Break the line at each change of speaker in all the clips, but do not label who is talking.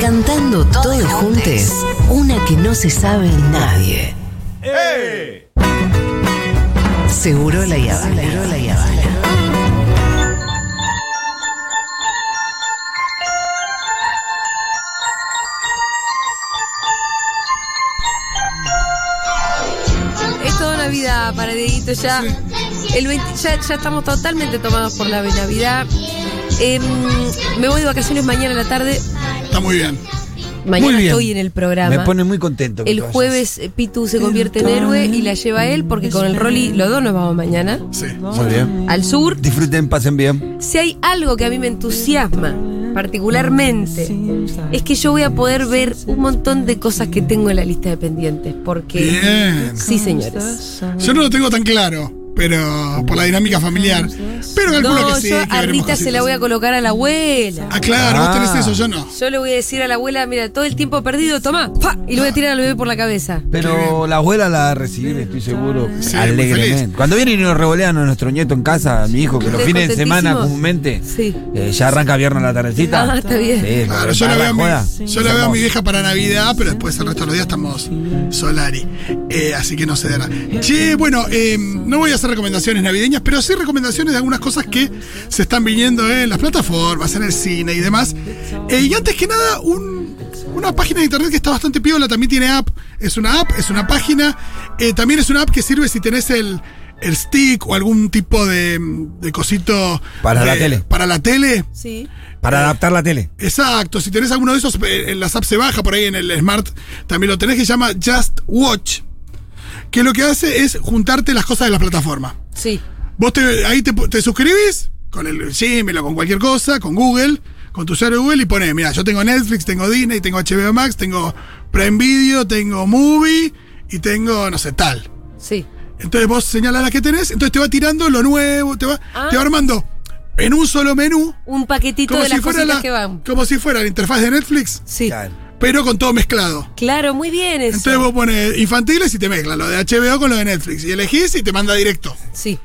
Cantando todos juntos, una que no se sabe nadie. Seguro la Yavana. Seguro la Yavana.
Es toda una vida para Dieguito ya. El 20 ya, ya estamos totalmente tomados por la Navidad. Em, me voy de vacaciones mañana a la tarde.
Está muy bien.
Mañana
Muy bien.
estoy en el programa.
Me pone muy contento. que
el
tú vayas.
jueves eh, Pitu se convierte en héroe y la lleva a él porque con el Rolly los dos nos vamos mañana
Sí.
Muy bien.
al sur.
Disfruten, pasen bien.
Si hay algo que a mí me entusiasma particularmente es que yo voy a poder ver un montón de cosas que tengo en la lista de pendientes porque
Bien.
sí señores
Yo no lo tengo tan claro, pero por la dinámica familiar. Pero calculo
no
que sí.
yo
que
a
veremos
Rita se
cositas.
la voy a colocar a la abuela
Ah, claro, vos tenés
Ah.
eso, yo no.
yo le voy a decir a la abuela mira todo el tiempo perdido toma y lo voy a tirar al bebé por la cabeza
Pero la abuela la va a recibir, estoy seguro,
Sí, muy feliz.
alegremente. Cuando vienen y nos revolean a nuestro nieto en casa, a mi hijo, que los
¿Ustedes
fines de semana
contentísimos?
comúnmente
Sí.
eh, ya arranca viernes a la tardecita.
Ah, está bien.
Sí,
Claro,
porque
yo la veo, a
joda.
mi, yo la veo a
Es
mi
hermoso.
vieja para Navidad, pero después el resto de los días estamos Solari. Eh, así que no se dará. Che, bueno, eh, no voy a hacer recomendaciones navideñas, pero sí recomendaciones de algunas cosas que se están viniendo en las plataformas, en el cine y demás. Eh, y antes que nada, un- una página de internet que está bastante piola, también tiene app. Es una app, es una página. Eh, también es una app que sirve si tenés el, el stick o algún tipo de, de cosito.
Para la
de-
tele.
Para la tele.
sí
Para adaptar la tele.
Exacto, si tenés alguno de esos, eh, en las apps se baja por ahí en el Smart, también lo tenés que se llama Just Watch, que lo que hace es juntarte las cosas de la plataforma.
sí
Vos te, ahí te, te suscribís con el Gmail o con cualquier cosa, con Google, con tu usuario de Google y pones, mira, yo tengo Netflix, tengo Disney, tengo HBO Max, tengo Prime Video, tengo Movie y tengo, no sé, tal.
sí
Entonces vos señalás las que tenés, entonces te va tirando lo nuevo, te va,
Ah.
te va armando en un solo menú.
un paquetito
Como
de
si,
las
fuera
cositas
la,
que van
como si fuera la interfaz de Netflix,
sí
Claro.
pero con todo mezclado.
claro muy bien eso
Entonces vos pones infantiles y te mezcla lo de HBO con lo de Netflix. Y elegís y te manda directo.
sí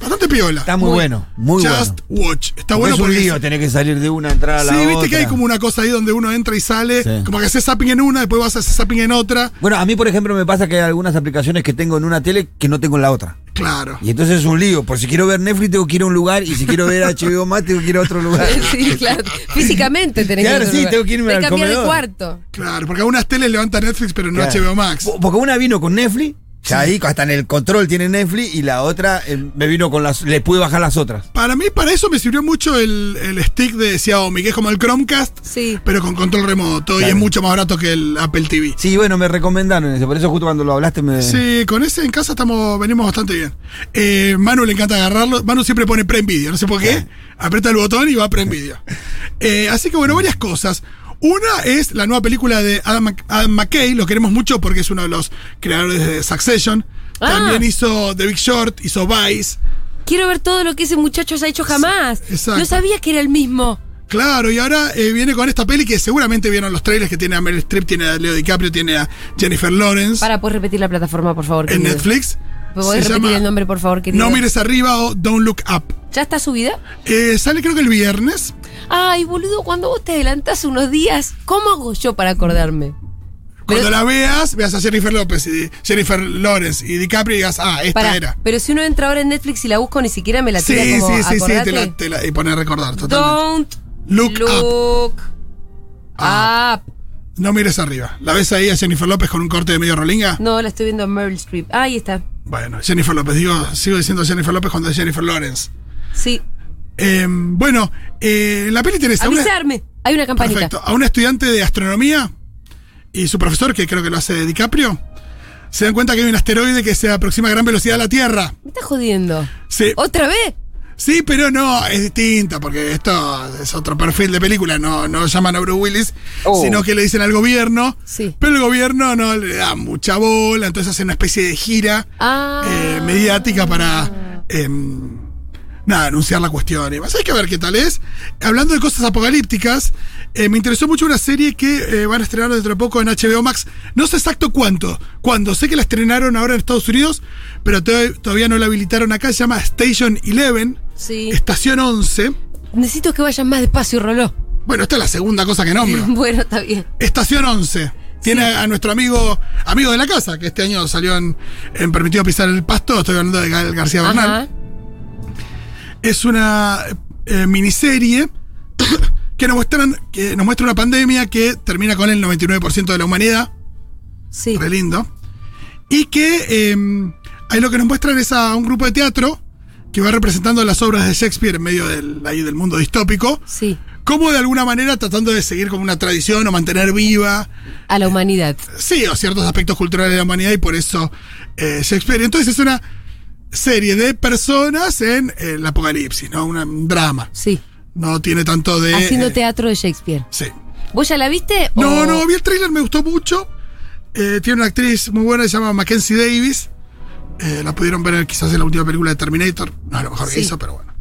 Bastante piola.
Está muy, bueno, muy
Just
bueno.
Watch. Está
Porque
bueno
es un
porque.
lío,
es-
tenés que salir de una, entrar a la
sí,
otra.
viste que hay como una cosa ahí donde uno entra y sale.
Sí.
Como que haces zapping en una, después vas a hacer zapping en otra.
Bueno, a mí, por ejemplo, me pasa que hay algunas aplicaciones que tengo en una tele que no tengo en la otra.
Claro.
Y entonces es un lío. Por si quiero ver Netflix, tengo que ir a un lugar. Y si quiero ver HBO más, tengo que ir a otro lugar.
sí claro físicamente tenés
Claro,
que
sí, tengo que irme
Te
al
cambiás de
comedor.
cuarto
Claro. Porque algunas teles levantan Netflix, pero no
Claro.
HBO Max.
Po- Porque una vino con Netflix, ya ahí hasta en el control tiene Netflix, y la otra eh, me vino con las. Le pude bajar las otras.
Para mí, para eso me sirvió mucho el, el stick de Xiaomi, que es como el Chromecast,
sí
pero con control remoto. Y
Claro.
es mucho más barato que el Apple TV.
Sí, bueno, me recomendaron eso. Por eso justo cuando lo hablaste me.
Sí, con ese en casa estamos, venimos bastante bien. Eh, Manu le encanta agarrarlo. Manu siempre pone pre Video, no sé por qué. Aprieta el botón y va pre Video. Eh, así que bueno, varias cosas. Una es la nueva película de Adam, Mc- Adam McKay, lo queremos mucho porque es uno de los creadores de Succession.
Ah.
También hizo The Big Short, hizo Vice.
Quiero ver todo lo que ese muchacho se ha hecho jamás.
exacto.
No sabía que era el mismo.
Claro, y ahora eh, viene con esta peli que seguramente vieron los trailers que tiene a Meryl Streep, tiene a Leo DiCaprio, tiene a Jennifer Lawrence
Para, ¿puedes repetir la plataforma, por favor?
en
querido?
Netflix.
¿Podés
Se
repetir
llama
el nombre, por favor, querido?
No mires arriba o Don't Look Up.
¿Ya está subida?
Eh, sale creo que el viernes.
Ay, boludo, cuando vos te adelantás unos días, ¿cómo hago yo para acordarme?
Cuando
Pero-
la veas, veas a Jennifer López y Jennifer Lawrence y DiCaprio y digas, ah, esta
Pará,
era.
Pero si uno entra ahora en Netflix y la busco, ni siquiera me la
Sí,
tira
sí,
como,
sí, sí,
acordate.
te la, te la- y pone a recordar totalmente.
Don't
Look up.
look up.
No mires arriba. La ves ahí a Jennifer López con un corte de medio rolinga.
No, la estoy viendo en Meryl Streep. Ahí está.
Bueno, Jennifer López, digo, sigo diciendo Jennifer López cuando es Jennifer Lawrence.
Sí.
Eh, bueno, eh, la peli tenés a una,
Avisarme. Hay una campanita.
perfecto, a una estudiante de astronomía y su profesor, que creo que lo hace DiCaprio, se dan cuenta que hay un asteroide que se aproxima a gran velocidad a la Tierra.
Me estás jodiendo.
Se,
¿Otra vez?
Sí, pero no, es distinta, porque esto es otro perfil de película, no, no llaman a Bruce Willis, sino que le dicen al gobierno,
Sí.
pero el gobierno no le da mucha bola, entonces hacen una especie de gira
Ah.
eh, mediática para em, nada, anunciar la cuestión. Y más hay que ver qué tal es. Hablando de cosas apocalípticas, eh, me interesó mucho una serie que eh, van a estrenar dentro de poco en HBO Max. No sé exacto cuánto, cuándo. Sé que la estrenaron ahora en Estados Unidos, pero to- todavía no la habilitaron acá. Se llama Station 11,
Sí.
Estación 11.
Necesito que vayan más despacio, Roló.
Bueno, esta es la segunda cosa que nombro.
Bueno, está bien.
Estación 11. Tiene a nuestro amigo, amigo de la casa, que este año salió en, en Permitido Pisar el Pasto. Estoy hablando de Gael García Bernal.
Ajá.
es una eh, miniserie que nos muestran que nos muestra una pandemia que termina con el 99% de la humanidad,
Sí.
re lindo. Y que eh, ahí lo que nos muestran es a un grupo de teatro que va representando las obras de Shakespeare en medio del, ahí del mundo distópico,
Sí.
como de alguna manera tratando de seguir como una tradición o mantener viva
A la humanidad.
sí, o ciertos aspectos culturales de la humanidad y por eso eh, Shakespeare. Entonces es una serie de personas en el apocalipsis, ¿no? Una- un drama.
Sí.
No tiene tanto de.
Haciendo
eh,
teatro de Shakespeare.
sí.
¿Vos ya la viste?
No,
o-
no, vi el trailer, me gustó mucho. Eh, tiene una actriz muy buena, se llama Mackenzie Davis. Eh, la pudieron ver quizás en la última película de Terminator. No es lo mejor que
Sí.
hizo, pero bueno.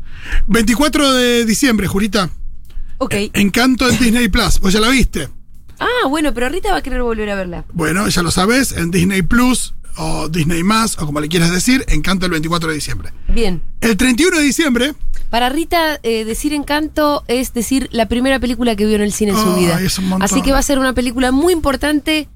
24 de diciembre, Jurita.
Ok.
Encanto en Disney Plus. ¿Vos ya la viste?
Ah, bueno, pero Rita va a querer volver a verla.
Bueno, ya lo sabes, en Disney Plus o Disney Más o como le quieras decir, Encanto el 24 de diciembre.
Bien.
El 31 de diciembre,
Para Rita, eh, decir encanto es decir la primera película que vio en el cine en su
Ay,
vida.
es un montón.
Así que va a ser una película muy importante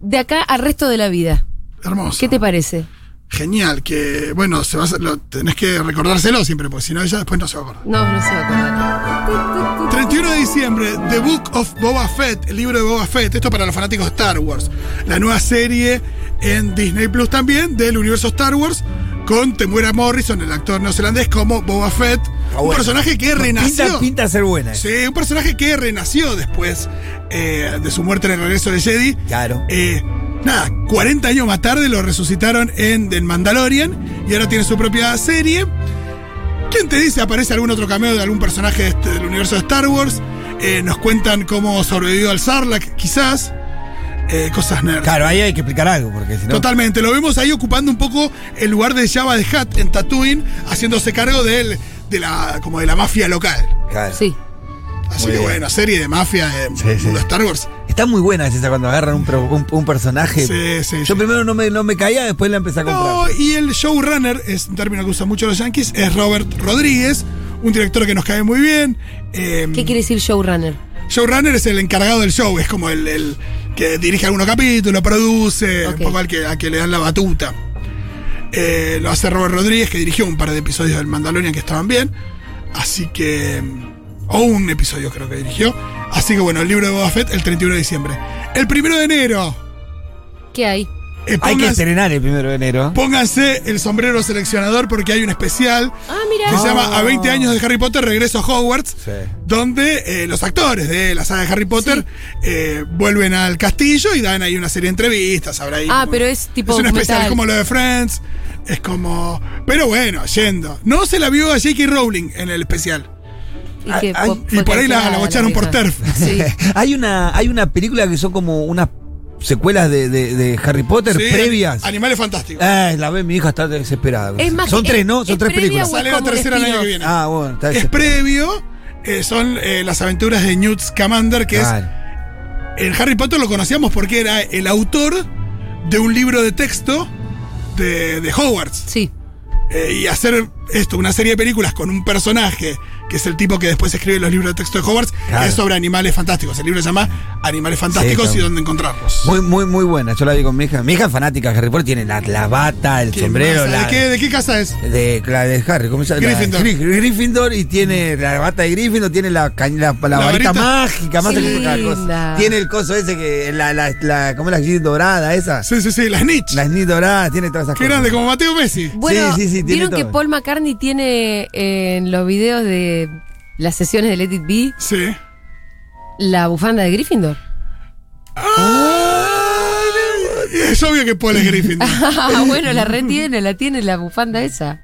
de acá al resto de la vida.
hermoso.
¿Qué te parece?
Genial, que bueno, se va a hacer- lo- tenés que recordárselo siempre, porque si no, ella después no se va a acordar.
No, no se va a acordar.
31 de diciembre, The Book of Boba Fett, el libro de Boba Fett, esto para los fanáticos de Star Wars, la nueva serie en Disney Plus también del universo Star Wars, con Temuera Morrison, el actor neozelandés, como Boba Fett,
Ah,
un
bueno.
personaje que renació.
Pinta, pinta ser buena. eh.
Sí, un personaje que renació después eh, de su muerte en el regreso de Jedi.
Claro.
Eh, nada, 40 años más tarde lo resucitaron en The Mandalorian y ahora tiene su propia serie. ¿Quién te dice aparece algún otro cameo de algún personaje de este- del universo de Star Wars? Eh, nos cuentan cómo sobrevivió al Sarlacc, quizás. Eh, cosas nerds.
Claro, ahí hay que explicar algo, porque si no.
Totalmente, lo vemos ahí ocupando un poco el lugar de Java de Hat en Tatooine, haciéndose cargo de, él, de la, como de la mafia local.
Claro.
Sí.
Así
Muy
que
bien.
bueno, serie de mafia de
Sí, sí.
mundo Star Wars.
Está muy buena esa cuando agarran un, pro- un- un personaje.
Sí, sí,
Yo
sí.
primero no me, no me caía, después la empecé a comprar.
No, Oh, y el showrunner, es un término que usan mucho los yankees, es Robert Rodríguez, un director que nos cae muy bien. Eh,
¿Qué quiere decir showrunner?
Showrunner es el encargado del show, es como el, el que dirige algunos capítulos, produce,
Ok.
un poco al que, al que le dan la batuta. Eh, lo hace Robert Rodríguez, que dirigió un par de episodios del Mandalorian que estaban bien. Así que. O un episodio creo que dirigió. Así que bueno, el libro de Boba Fett el 31 de diciembre. El 1 de enero.
¿Qué hay?
eh,
Hay que
pónganse-
estrenar el primero de enero. ¿eh?
Pónganse el sombrero seleccionador porque hay un especial
Ah,
que se
mira.
llama A 20 años de Harry Potter, regreso a Hogwarts,
Sí.
donde eh, los actores de la saga de Harry Potter eh, vuelven al castillo y dan ahí una serie de entrevistas. Habrá ahí
Ah,
como-
pero es tipo
Es un especial,
documental.
es como lo de Friends, es como... Pero bueno, yendo. No se la vio a J.K. Rowling en el especial.
Y, que
Ay,
po-
y
Ah, Y
fue
por ahí la,
cancelada
la bocharon por
vieja.
TERF.
Sí.
hay, una, hay una película que son como unas secuelas de, de- de Harry Potter
Sí,
previas. Ah,
Animales fantásticos.
Ay, la ve, mi hija está desesperada.
Es más
son
que-
tres, ¿no? Son
es
tres
previa
películas.
o es
Sale la
como un
tercera el año que
spin-off.
viene.
Ah, bueno, está
es
desesperada.
previo, eh, son eh, las aventuras de Newt Scamander, que es
Claro.
El Harry Potter lo conocíamos porque era el autor de un libro de texto de, de Hogwarts.
Sí.
Eh, y hacer esto, una serie de películas con un personaje, que es el tipo que después escribe los libros de texto de Hogwarts,
Claro.
es sobre animales fantásticos. El libro se llama Animales Fantásticos
está
y
bueno.
dónde encontrarlos.
Muy, muy, muy buena. Yo la vi con mi hija. Mi hija es fanática de Harry Potter. Tiene la, la bata, el
¿Qué
sombrero,
más?
la.
¿De, qué, de qué casa es?
De, la de Harry, ¿cómo se llama?
Gryffindor.
La- Gry- Gryffindor y tiene la bata de Gryffindor, tiene la, ca- la, la
varita.
varita mágica, más
Qué
que otra cosa.
linda.
Tiene el coso ese que, la, la, la ¿cómo es la Snitch dorada esa?
Sí, sí, sí, la Snitch.
La Snitch dorada, tiene todas esas
Qué
cosas.
grande, como Mateo Messi.
Bueno,
sí, sí, tiene
¿vieron que
todo.
Paul McCartney tiene eh, en los videos de las sesiones de Let It Be
Sí.
la bufanda de Gryffindor?
Ah,
Es obvio que Paul es Griffin.
Ah, bueno, la retiene, la tiene la bufanda esa.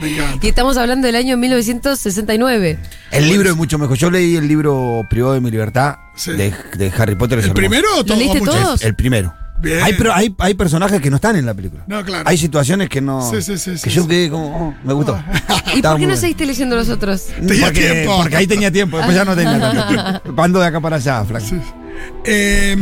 Me encanta.
Y estamos hablando del año 1969.
El libro es mucho mejor. Yo leí el libro privado de mi libertad
Sí.
de, de Harry Potter. es
¿El
hermoso.
primero o
¿Lo
todo?
leíste
mucho?
todo?
El primero.
Bien.
Hay, pero hay, hay personajes que no están en la película.
No, claro.
Hay situaciones que no.
Sí, sí, sí,
que
sí,
yo
sí.
quedé como. oh, me gustó.
¿Y
Estaba
por qué
muy
no
bien.
seguiste leyendo los otros?
Tenía
porque,
tiempo.
Ah.
porque ahí tenía tiempo, después ya no tenía tanto. Pando de acá para allá, Flaco.
Eh,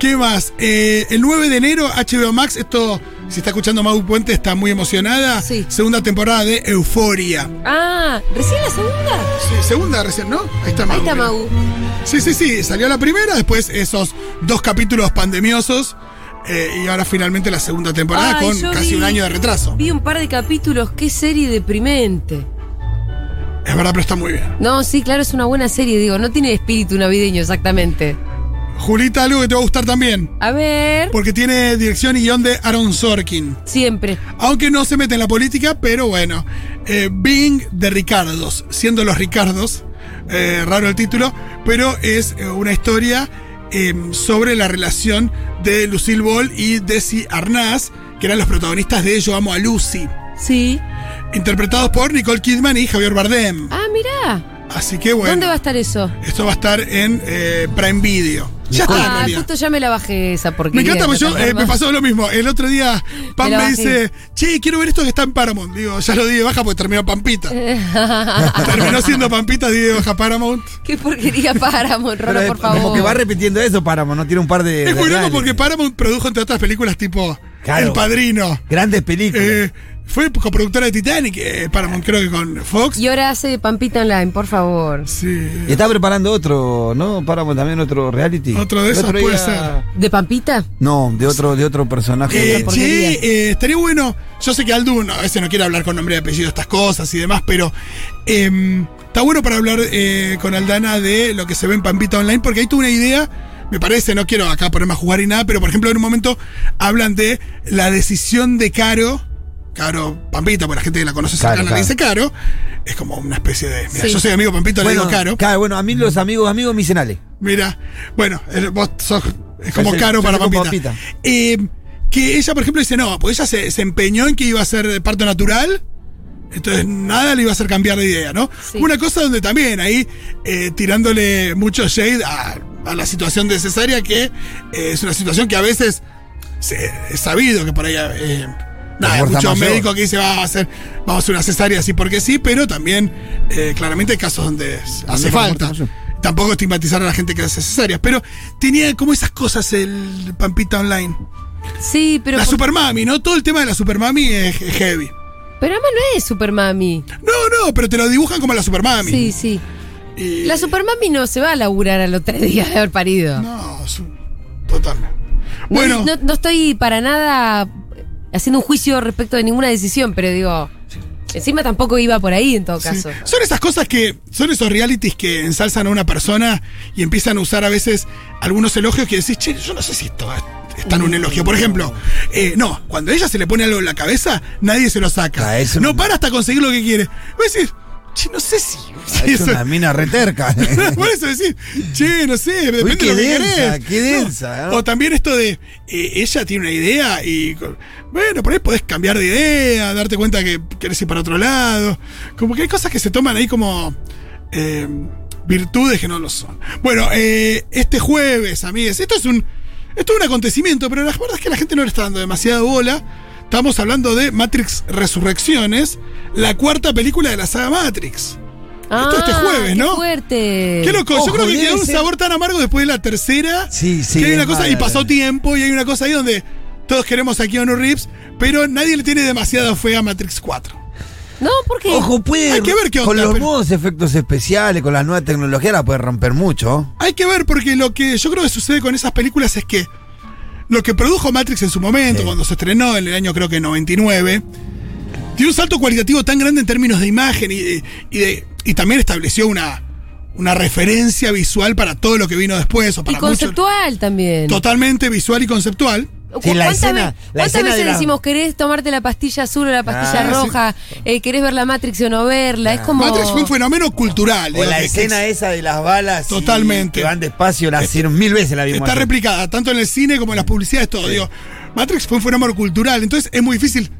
¿Qué más? Eh, el 9 de enero, HBO Max, esto, si está escuchando Mau Puente, está muy emocionada.
Sí.
Segunda temporada de Euforia.
Ah, recién la segunda.
Sí, segunda recién, ¿no? Ahí está Mau.
Ahí está
mira.
Mau.
Sí, sí, sí, salió la primera, después esos dos capítulos pandemiosos. eh, y ahora finalmente la segunda temporada
Ay,
con
yo
casi
vi-
un año de retraso.
Vi un par de capítulos, qué serie deprimente.
Es verdad, pero está muy bien.
No, sí, claro, es una buena serie, digo, no tiene espíritu navideño exactamente.
Julita, algo que te va a gustar también.
A ver,
Porque tiene dirección y guión de Aaron Sorkin.
siempre.
Aunque no se mete en la política, pero bueno. Eh, Bing de Ricardos, siendo los Ricardos, eh, raro el título, pero es eh, una historia eh, sobre la relación de Lucille Ball y Desi Arnaz, que eran los protagonistas de Yo Amo a Lucy,
Sí.
interpretados por Nicole Kidman y Javier Bardem.
Ah, mirá.
Así que bueno,
¿Dónde va a estar eso?
esto va a estar en eh, Prime Video. Ya está, en
Ah,
realidad.
justo ya me la bajé esa porque.
Me encanta, porque yo eh, me pasó lo mismo. El otro día Pam
Te la
me
bajé.
dice, che, quiero ver esto que está en Paramount. Digo, ya lo di de baja porque terminó Pampita. Terminó siendo Pampita, di de baja Paramount.
Qué porquería Paramount, Rolo,
Pero
por
es
favor.
Como que va repitiendo eso, Páramo, ¿no? Tiene un par de.
Es
de
muy loco
reality.
porque Paramount produjo entre otras películas tipo
Claro.
El Padrino.
Grandes películas.
Eh, fue coproductora de Titanic, eh, Paramount creo que con Fox.
Y ahora hace Pampita Online, por favor.
Sí.
y está preparando otro, ¿no? Páramo también otro reality.
Otro de
El
esos puede ser.
¿De Pampita?
No, de otro, de otro personaje.
Eh,
porquería.
che, eh, estaría bueno. Yo sé que Aldu no, a veces no quiere hablar con nombre y apellido estas cosas y demás, pero em, está bueno para hablar eh, con Aldana de lo que se ve en Pampita Online, porque ahí tuve una idea. Me parece, no quiero acá ponerme a jugar y nada, pero por ejemplo, en un momento hablan de la decisión de Caro. Caro Pampita, por la gente que la conoce
Caro,
cercana le
Caro.
dice Caro. Es como una especie de. Mira,
Sí.
yo soy amigo Pampita, le digo Caro.
claro, bueno, a mí los amigos, amigos me dicen Ale.
Mira, bueno, eh, vos sos es como
Yo soy-
caro
yo
para
soy como
Pampita. Eh, que ella, por ejemplo, dice no, pues ella se, se empeñó en que iba a ser de parto natural. Entonces nada le iba a hacer cambiar de idea, ¿no?
Sí.
Una cosa donde también ahí eh, tirándole mucho shade a, a la situación de cesárea, que eh, es una situación que a veces se- es sabido que por ahí eh, nada, hay
fuerza
muchos
mayor.
médicos que dicen "Ah, va a hacer, vamos a hacer una cesárea así porque sí, pero también eh, claramente hay casos donde hace
por
falta.
fuerza mayor.
Tampoco estigmatizar a la gente que hace cesáreas, pero tenía como esas cosas el Pampita Online.
Sí, pero.
la
por-
Supermami, ¿no? Todo el tema de la Supermami es es heavy.
Pero además no es Supermami.
No, no, pero te lo dibujan como la Supermami.
Sí, sí.
Y-
La Supermami no se va a laburar a los tres días de haber parido. No,
No, su- total. Bueno,
no- no estoy para nada haciendo un juicio respecto de ninguna decisión, pero digo. Encima tampoco iba por ahí en todo
sí.
caso.
son esas cosas que. Son esos realities que ensalzan a una persona y empiezan a usar a veces algunos elogios que decís, che, yo no sé si esto es- es
Mm.
tan un elogio. Por ejemplo, eh, no, cuando a ella se le pone algo en la cabeza, nadie se lo saca.
Ah, eso
no
no-
para hasta conseguir lo que quiere. Vos decís, che, no sé si. si
Ah, Es
eso-
una mina reterca.
Por eso decís, che, no sé, depende
Uy,
de
qué
lo que
densa,
querés.
qué
No,
densa, ¿no?
O también esto de, eh, ella tiene una idea y, con- bueno, por ahí podés cambiar de idea, darte cuenta que querés ir para otro lado. Como que hay cosas que se toman ahí como eh, virtudes que no lo son. Bueno, eh, este jueves, amigues, esto es un, esto es un acontecimiento, pero la verdad es que la gente no le está dando demasiada bola. Estamos hablando de Matrix Resurrecciones, la cuarta película de la saga Matrix. Esto este jueves,
Ah, qué
¿no?
fuerte.
Qué loco,
Ojo,
yo creo que
debe
quedó un
ser-
sabor tan amargo después de la tercera.
Oh, Sí, sí,
Que hay una
es
cosa, y
mala.
pasó tiempo, y hay una cosa ahí donde todos queremos a Keanu Reeves, pero nadie le tiene demasiada fe a Matrix 4.
No, porque.
Ojo, puede.
Hay que ver qué
Con
onda,
los
pero-
nuevos efectos especiales, con las nuevas tecnologías, la puede romper mucho.
Hay que ver, porque lo que yo creo que sucede con esas películas es que lo que produjo Matrix en su momento,
Sí.
cuando se estrenó en el año creo que 99, dio un salto cualitativo tan grande en términos de imagen y, de- y, de- y también estableció una, una referencia visual para todo lo que vino después. O
Y
para mucho-
conceptual también.
totalmente visual y conceptual.
¿Cu-
Sí, la
¿Cuántas,
escena-
ve-
la
cuántas
escena
veces
de la-
decimos, querés tomarte la pastilla azul o la pastilla
Ah, sí.
roja? Eh, ¿Querés ver la Matrix o no verla? Es como...
Matrix fue un fenómeno cultural.
O
digo,
la
que- que
escena esa de las balas. y-
Totalmente. Eh,
Que van despacio, la hicieron mil veces la vimos.
Está
ayer.
replicada tanto en el cine como en las publicidades, todo. Digo, Matrix fue un fenómeno cultural, entonces es muy difícil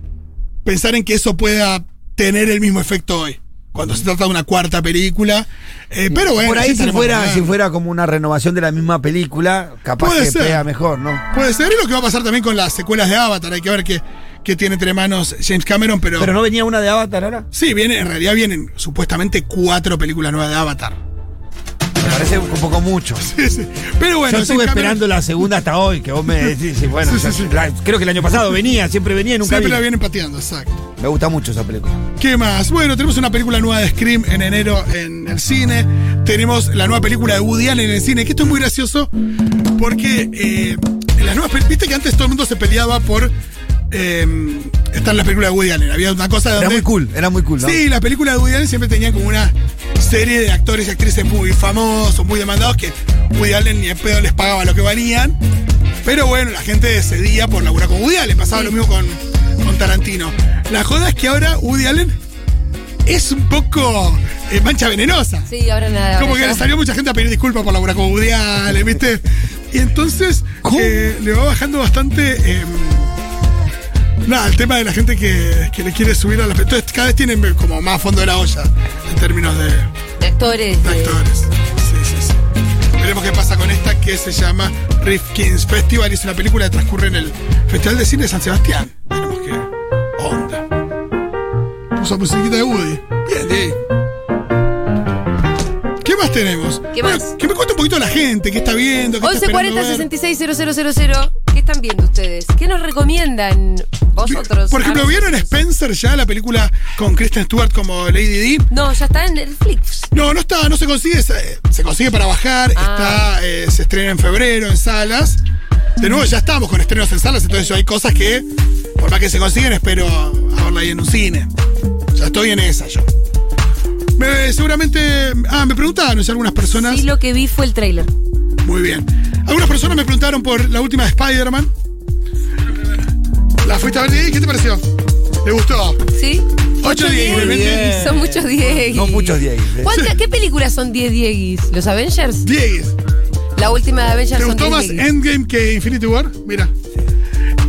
pensar en que eso pueda tener el mismo efecto hoy. Cuando se trata de una cuarta película. Eh, pero bueno,
Por
sí
ahí si
estaremos
fuera,
hablando.
si fuera como una renovación de la misma película, capaz
Puede
que
ser.
pega mejor, ¿no?
Puede ser, y lo que va a pasar también con las secuelas de Avatar. Hay que ver qué, qué tiene entre manos James Cameron, pero.
Pero no venía una de Avatar ahora.
Sí, viene, en realidad vienen supuestamente cuatro películas nuevas de Avatar.
Me parece parece un poco mucho.
Sí, sí. Pero bueno,
Yo
es en
estuve
cambio-
esperando la segunda hasta hoy, que vos me decís, y bueno,
Sí,
o sea,
sí, sí.
la- creo que el año pasado venía, siempre venía y nunca
Siempre la
vi.
vienen pateando, exacto.
Me gusta mucho esa película.
¿Qué más? Bueno, tenemos una película nueva de Scream en enero en el cine. Tenemos la nueva película de Woody Allen en el cine, que esto es muy gracioso porque eh, en las nuevas pel- Viste que antes todo el mundo se peleaba por eh, estar en la película de Woody Allen. Había una cosa de
Era
donde-
muy cool, era muy cool, ¿no?
Sí, eh, las películas de Woody Allen siempre tenían como una serie de actores y actrices muy famosos, muy demandados, que Woody Allen ni en pedo les pagaba lo que valían. Pero bueno, la gente cedía por laburar con Woody Allen. Pasaba lo mismo con, con Tarantino. La joda es que ahora Woody Allen es un poco eh, mancha venenosa.
Sí, ahora nada.
Como
ahora
que
ya.
le salió mucha gente a pedir disculpas por laburar con Woody Allen, ¿viste? Y entonces eh, le va bajando bastante. eh, nada, el tema de la gente que, que le quiere subir a las. Entonces cada vez tienen como más fondo de la olla en términos de,
De actores.
de
de-
actores. Sí, sí, sí. Veremos qué pasa con esta que se llama Rifkin's Festival. Es una película que transcurre en el Festival de Cine de San Sebastián. Veremos qué onda. Puso musiquita de Woody. Bien, eh. ¿Qué más tenemos?
¿Qué
Bueno,
más?
que me cuente un poquito la gente, qué está viendo, qué está esperando
1140
ver.
66 000. ¿Qué están viendo ustedes? ¿Qué nos recomiendan vosotros?
Por ejemplo,
Ah,
¿vieron Spencer ya la película con Kristen Stewart como Lady D?
No, ya está en Netflix.
No, no está, no se consigue. Se, se consigue para bajar.
Ah.
Está, eh, se estrena en febrero en salas. De nuevo, ya estamos con estrenos en salas, entonces hay cosas que, por más que se consiguen, espero haberla ahí en un cine. Ya estoy en esa yo. Me- seguramente. Ah, me preguntaron ya algunas personas.
Sí, lo que vi fue el tráiler.
Muy bien. Algunas personas me preguntaron por la última de Spider-Man. ¿La fuiste a ver? ¿Y ¿Qué te pareció? ¿Te gustó?
¿Sí?
Ocho Dieguis,
Dieguis.
bien.
Son muchos Dieguis.
No muchos Dieguis, eh.
¿Cuánta- ¿Qué películas son 10 Dieguis? ¿Los Avengers?
Dieguis.
La última de Avengers
¿Te
son
gustó
10
más
Dieguis.
Endgame que Infinity War? Mira. Eh,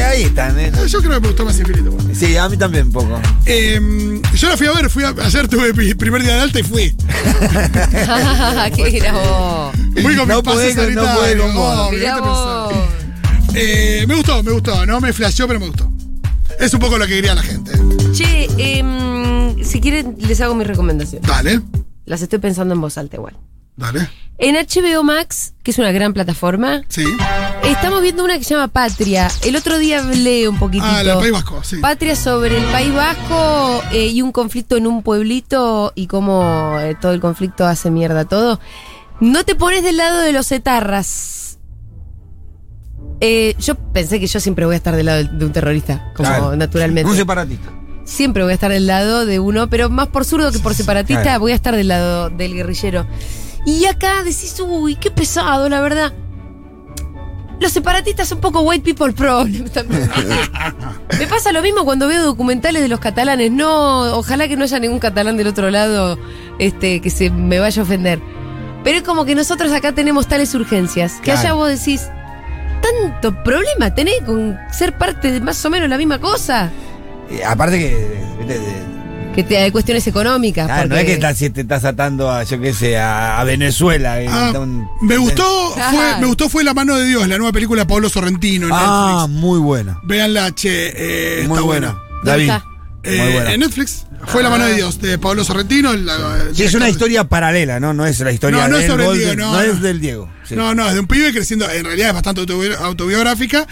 Eh, ahí están, eh.
yo creo que me gustó más Infinity War.
Sí, a mí también un poco.
Eh, yo la fui a ver, fui a- ayer tuve mi primer día de alta y fui.
¿Qué era vos?
Fui con
No
mis pases
puede, no
ahorita,
puede
digo,
con vos.
oh,
Mirá
¿qué te pensás?
vos.
Eh, me gustó, me gustó. No me flasheó, pero me gustó. Es un poco lo que quería la gente.
Che, em, si quieren les hago mi recomendación.
Dale,
Las estoy pensando en voz alta igual.
dale.
En HBO Max, que es una gran plataforma,
Sí.
estamos viendo una que se llama Patria. El otro día hablé un poquitito.
Ah, la del País Vasco, sí.
Patria sobre el País Vasco eh, y un conflicto en un pueblito y cómo eh, todo el conflicto hace mierda todo. No te pones del lado de los etarras. Eh, yo pensé que yo siempre voy a estar del lado de un terrorista, como
Claro.
naturalmente.
Un separatista.
Siempre voy a estar del lado de uno, pero más por zurdo que por separatista,
Claro.
voy a estar del lado del guerrillero. Y acá decís, uy, qué pesado, la verdad. Los separatistas son un poco white people problem también. Me pasa lo mismo cuando veo documentales de los catalanes. No, ojalá que no haya ningún catalán del otro lado este, que se me vaya a ofender. Pero es como que nosotros acá tenemos tales urgencias. Que
Claro.
allá vos decís, tanto problema tenés con ser parte de más o menos la misma cosa.
Eh, aparte que. viste, de-
Que te, hay cuestiones económicas.
Ah, no
porque-
es que estás, si te estás atando a, yo qué sé, a, a Venezuela. eh,
Ah,
está un-
me gustó,
Ajá.
fue, me gustó fue La mano de Dios, la nueva película de Pablo Sorrentino en
Ah,
Netflix.
muy buena.
Véanla, che, eh,
muy
está
buena.
buena.
David.
está?
Muy
Eh,
buena. Ah.
En Netflix fue La mano de Dios de Pablo Sorrentino. la- eh,
Sí, es una
director-
historia paralela, ¿no? No es la historia
No, no es
del
sobre el
gol
Diego,
de-
no,
no
no.
es del Diego. sí.
No, no, es de un pibe creciendo, en realidad es bastante autobi- autobiográfica,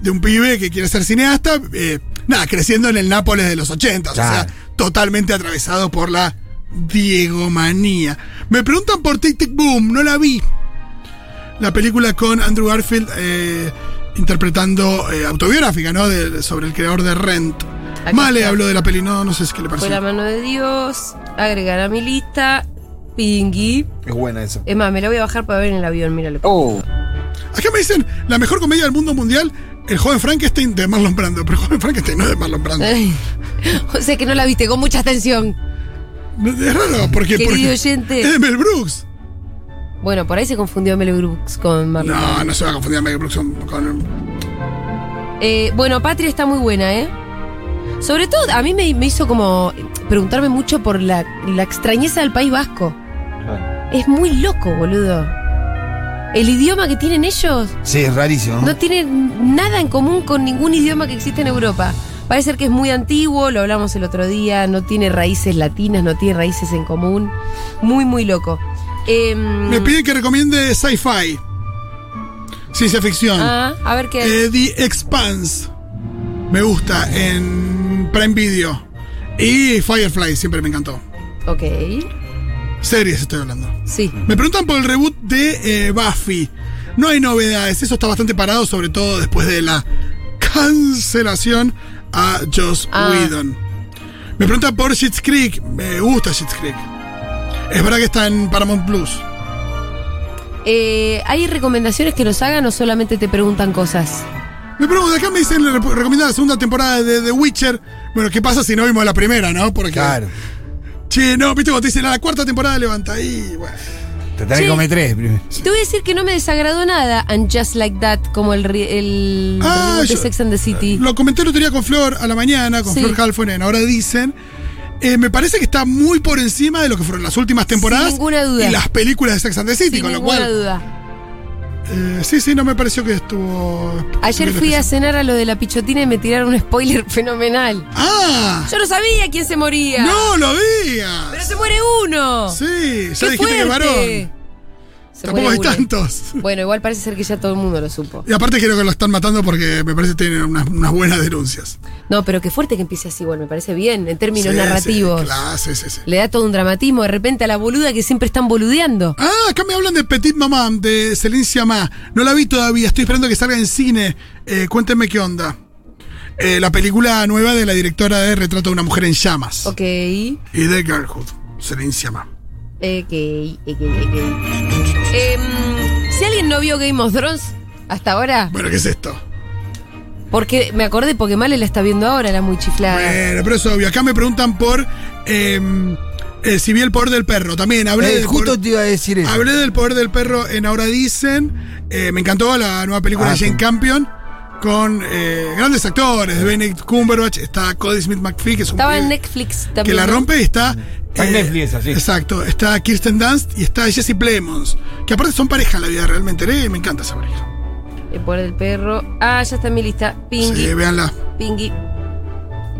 de un pibe que quiere ser cineasta, eh, nada, creciendo en el Nápoles de los 80, o
Claro.
sea, totalmente atravesado por la Diegomanía. Me preguntan por Tic Tic Boom, no la vi. La película con Andrew Garfield eh, interpretando eh, autobiográfica, ¿no? De- sobre el creador de Rent.
Acá
Male
está.
habló de la peli, no, no sé si qué le
Fue la
pareció.
mano de Dios. Agregar a mi lista. Pingui.
Es buena esa.
Es más, me la voy a bajar para ver en el avión, míralo.
Oh.
Acá me dicen, la mejor comedia del mundo mundial, el joven Frankenstein de Marlon Brando, pero el joven Frankenstein no es de Marlon Brando.
Ay, o sea que no la viste con mucha atención.
Es raro, porque.
Querido
porque
oyente.
Eh.
Es de Mel Brooks.
Bueno, por ahí se confundió Mel Brooks con Marlon.
No, no se va a confundir a Mel Brooks con. con-
Eh, bueno, Patria está muy buena, ¿eh? Sobre todo, a mí me, me hizo como preguntarme mucho por la, la extrañeza del País Vasco. Es muy loco, boludo. El idioma que tienen ellos
Sí, es rarísimo. ¿no?
No tiene nada en común con ningún idioma que existe en Europa. Parece ser que es muy antiguo, lo hablamos el otro día, no tiene raíces latinas, no tiene raíces en común. Muy, muy loco. Em,
Me piden que recomiende sci-fi. Ciencia ficción.
ah, a ver qué.
Eh, The Expanse. Me gusta en Prime Video. Y Firefly, siempre me encantó.
ok.
Series estoy hablando.
Sí.
Me preguntan por el reboot de eh, Buffy. No hay novedades, eso está bastante parado, sobre todo después de la cancelación a Joss
Ah.
Whedon. Me preguntan por Shit's Creek. Me gusta Shit's Creek. Es verdad que está en Paramount Plus.
Eh, ¿Hay recomendaciones que nos hagan o solamente te preguntan cosas?
Me preguntan, acá me dicen, le re- recomiendan la segunda temporada de The Witcher. Bueno, ¿qué pasa si no vimos la primera, no? Porque.
Claro.
Che, no, viste cuando te dicen, "Ah, la cuarta temporada levanta ahí. Bueno.
Te tenés
Sí.
que comer tres primero.
Te voy a decir que no me desagradó nada, and just like that, como el, ri- el
Ah,
reboot de
yo-
Sex and the City.
Lo comenté el otro día con Flor a la mañana, con
Sí.
Flor Halfon en Ahora Dicen. Eh, me parece que está muy por encima de lo que fueron las últimas temporadas.
Sin ninguna duda.
Y las películas de Sex and the City,
Sin
con lo
ninguna
cual.
duda.
eh, sí, sí, no me pareció que estuvo.
Ayer fui a cenar a lo de la pichotina y me tiraron un spoiler fenomenal.
¡Ah!
Yo no sabía quién se moría.
¡No lo
¡Pero
digas!
se muere uno!
Sí, ya
¡Qué
dijiste
fuerte!
que varón.
Se
Tampoco
muere
hay
uno.
tantos.
Bueno, igual parece ser que ya todo el mundo lo supo.
Y aparte creo que lo están matando porque me parece que tienen unas, unas buenas denuncias.
No, pero qué fuerte que empiece así, igual, me parece bien, en términos
Sí,
narrativos.
Sí, claro, sí, sí, sí.
Le da todo un dramatismo de repente a la boluda que siempre están boludeando.
Ah, acá me hablan de Petit Mamá, de Celine Siamá. No la vi todavía, estoy esperando que salga en cine. Eh, cuéntenme qué onda. Eh, la película nueva de la directora de Retrato de una mujer en llamas.
Ok. Ok,
Y de Girlhood, Celine Siamá.
ok, ok, ok. Em, si alguien no vio Game of Thrones hasta ahora,
Bueno, ¿qué es esto?
porque me acordé porque Male la está viendo ahora, la muy chiflada.
Bueno, pero eso es obvio. Acá me preguntan por eh, eh, si vi el poder del perro. También hablé
Eh,
del
justo
poder-
te iba a decir eso.
Hablé del poder del perro en Ahora Dicen. Eh, me encantó la nueva película
Ah,
de Jane
sí.
Campion. Con eh, grandes actores, de Benedict Cumberbatch, está Cody Smith McPhee, que es un
Estaba
pibe
en Netflix también.
que la
¿no?
rompe y está. eh,
Está en Netflix, así.
Exacto, está Kirsten Dunst y está Jesse Plemons, que aparte son pareja en la vida real, me enteré y me encanta esa pareja.
El poder del perro. Ah, ya está en mi lista. Pingui,
Sí, véanla,
pingui.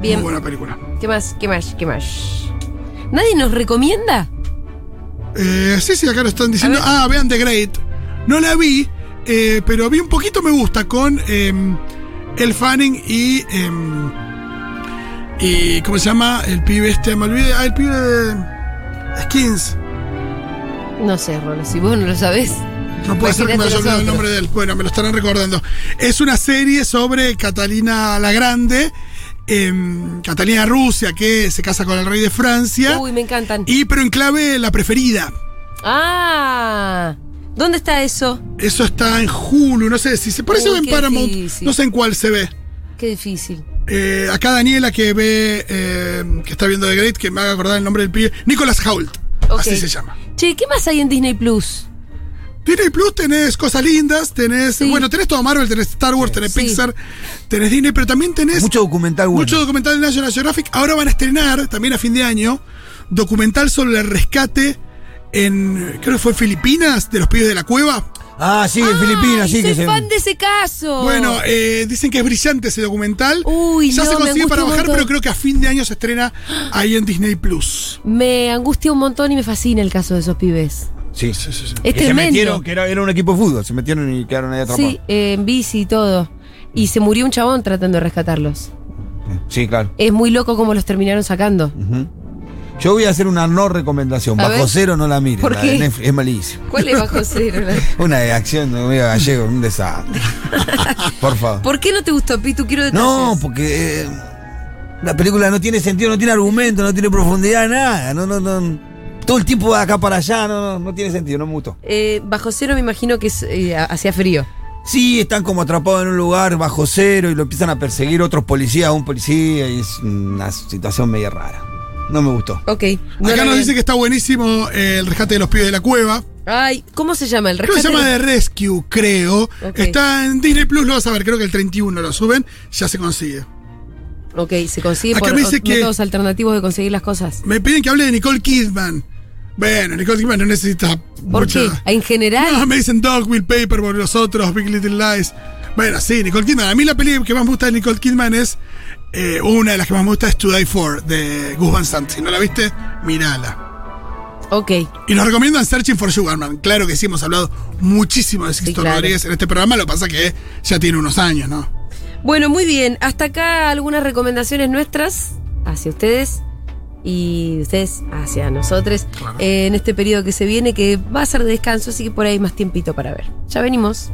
Bien.
muy buena película.
¿Qué más? ¿Qué más? ¿Qué más? ¿Nadie nos recomienda?
Eh, sí, sí, acá lo están diciendo.
A ver.
Ah, vean The Great. No la vi, eh, pero vi un poquito me gusta con El Fanning y. em, y ¿Cómo se llama? El pibe este, me olvidé. Ah, el pibe de. Skins.
No sé, Rolo, si vos no lo sabés.
No puede ser que me haya
Imagínate
olvidado el
nosotros.
nombre de él. Bueno, me lo estarán recordando. Es una serie sobre Catalina la Grande. em, Catalina de Rusia, que se casa con el rey de Francia.
Uy, me encantan.
Y pero en clave la preferida.
Ah, ¿dónde está eso?
Eso está en Hulu, no sé si se parece
Uy,
en
qué
Paramount,
difícil.
no sé en cuál se ve.
Qué difícil.
Eh, acá Daniela que ve, eh, que está viendo The Great, que me haga acordar el nombre del pibe, Nicolas Hoult,
Ok.
así se llama.
Che, ¿qué más hay en Disney Plus?
Disney Plus tenés cosas lindas, tenés,
Sí.
bueno, tenés todo Marvel, tenés Star Wars, tenés
Sí.
Pixar, tenés Disney, pero también tenés
Mucho documental bueno.
mucho documental de National Geographic. Ahora van a estrenar, también a fin de año, documental sobre el rescate en, creo que fue en Filipinas, de los pibes de la cueva.
Ah, sí, en Filipinas,
Ay,
sí.
Soy
Que se...
fan de ese caso.
Bueno, eh, dicen que es brillante ese documental.
Oh. Uy,
ya
no,
se
me
consigue
angustia
para
un
bajar,
montón.
pero creo que a fin de año se estrena ahí en Disney Plus.
Me angustia un montón y me fascina el caso de esos pibes.
Sí.
Es
que se
tremendo.
metieron, que era, era un equipo de fútbol, se metieron y quedaron ahí atrapados.
Sí,
Sí,
eh, en bici y todo. Y se murió un chabón tratando de rescatarlos.
claro.
Es muy loco cómo los terminaron sacando.
Ujú. Yo voy a hacer una no recomendación.
A
Bajo
ver.
cero no la miren.
¿Por
la
qué?
de Netflix, es malísimo.
¿Cuál es bajo cero?
Una de acción de Omega Gallego, un desastre. Por favor.
¿Por qué no te gustó, Pitu? Quiero detalles.
No, porque eh, la película no tiene sentido, no tiene argumento, no tiene profundidad, nada. No, no, no. Todo el tiempo de acá para allá, no, no, no tiene sentido, no me gustó.
Eh, bajo cero me imagino que es, eh, hacía frío.
Sí, están como atrapados en un lugar bajo cero y lo empiezan a perseguir otros policías, un policía, y es una situación media rara. No me gustó.
Ok. no
Acá nos
la vean.
dice que está buenísimo eh, el rescate de los pibes de la cueva.
Ay, ¿cómo se llama el
Creo que
rescate?
se llama The Rescue, creo.
Ok.
Está en Disney Plus, lo vas a ver, creo que el 31 lo suben, ya se consigue.
Ok, se consigue
Acá
por
me dice
ot-
que-
métodos alternativos de conseguir las cosas.
Me piden que hable de Nicole Kidman. Bueno, Nicole Kidman no necesita
¿Por
mucha-
qué? En general.
No, me dicen Dogville, Paperboy, los otros, Big Little Lies. Bueno, sí, Nicole Kidman. A mí la peli que más me gusta de Nicole Kidman es. eh, una de las que más me gusta es To Die For, de Gus Van Sant. Si no la viste, mírala.
Ok.
Y nos recomiendan Searching for Sugarman. Claro que sí, hemos hablado muchísimo de Sixto
claro.
Rodríguez en este programa, lo que pasa que ya tiene unos años, ¿no?
Bueno, muy bien. Hasta acá algunas recomendaciones nuestras hacia ustedes y ustedes hacia nosotros
Claro.
eh, en este periodo que se viene, que va a ser de descanso, así que por ahí más tiempito para ver. Ya venimos.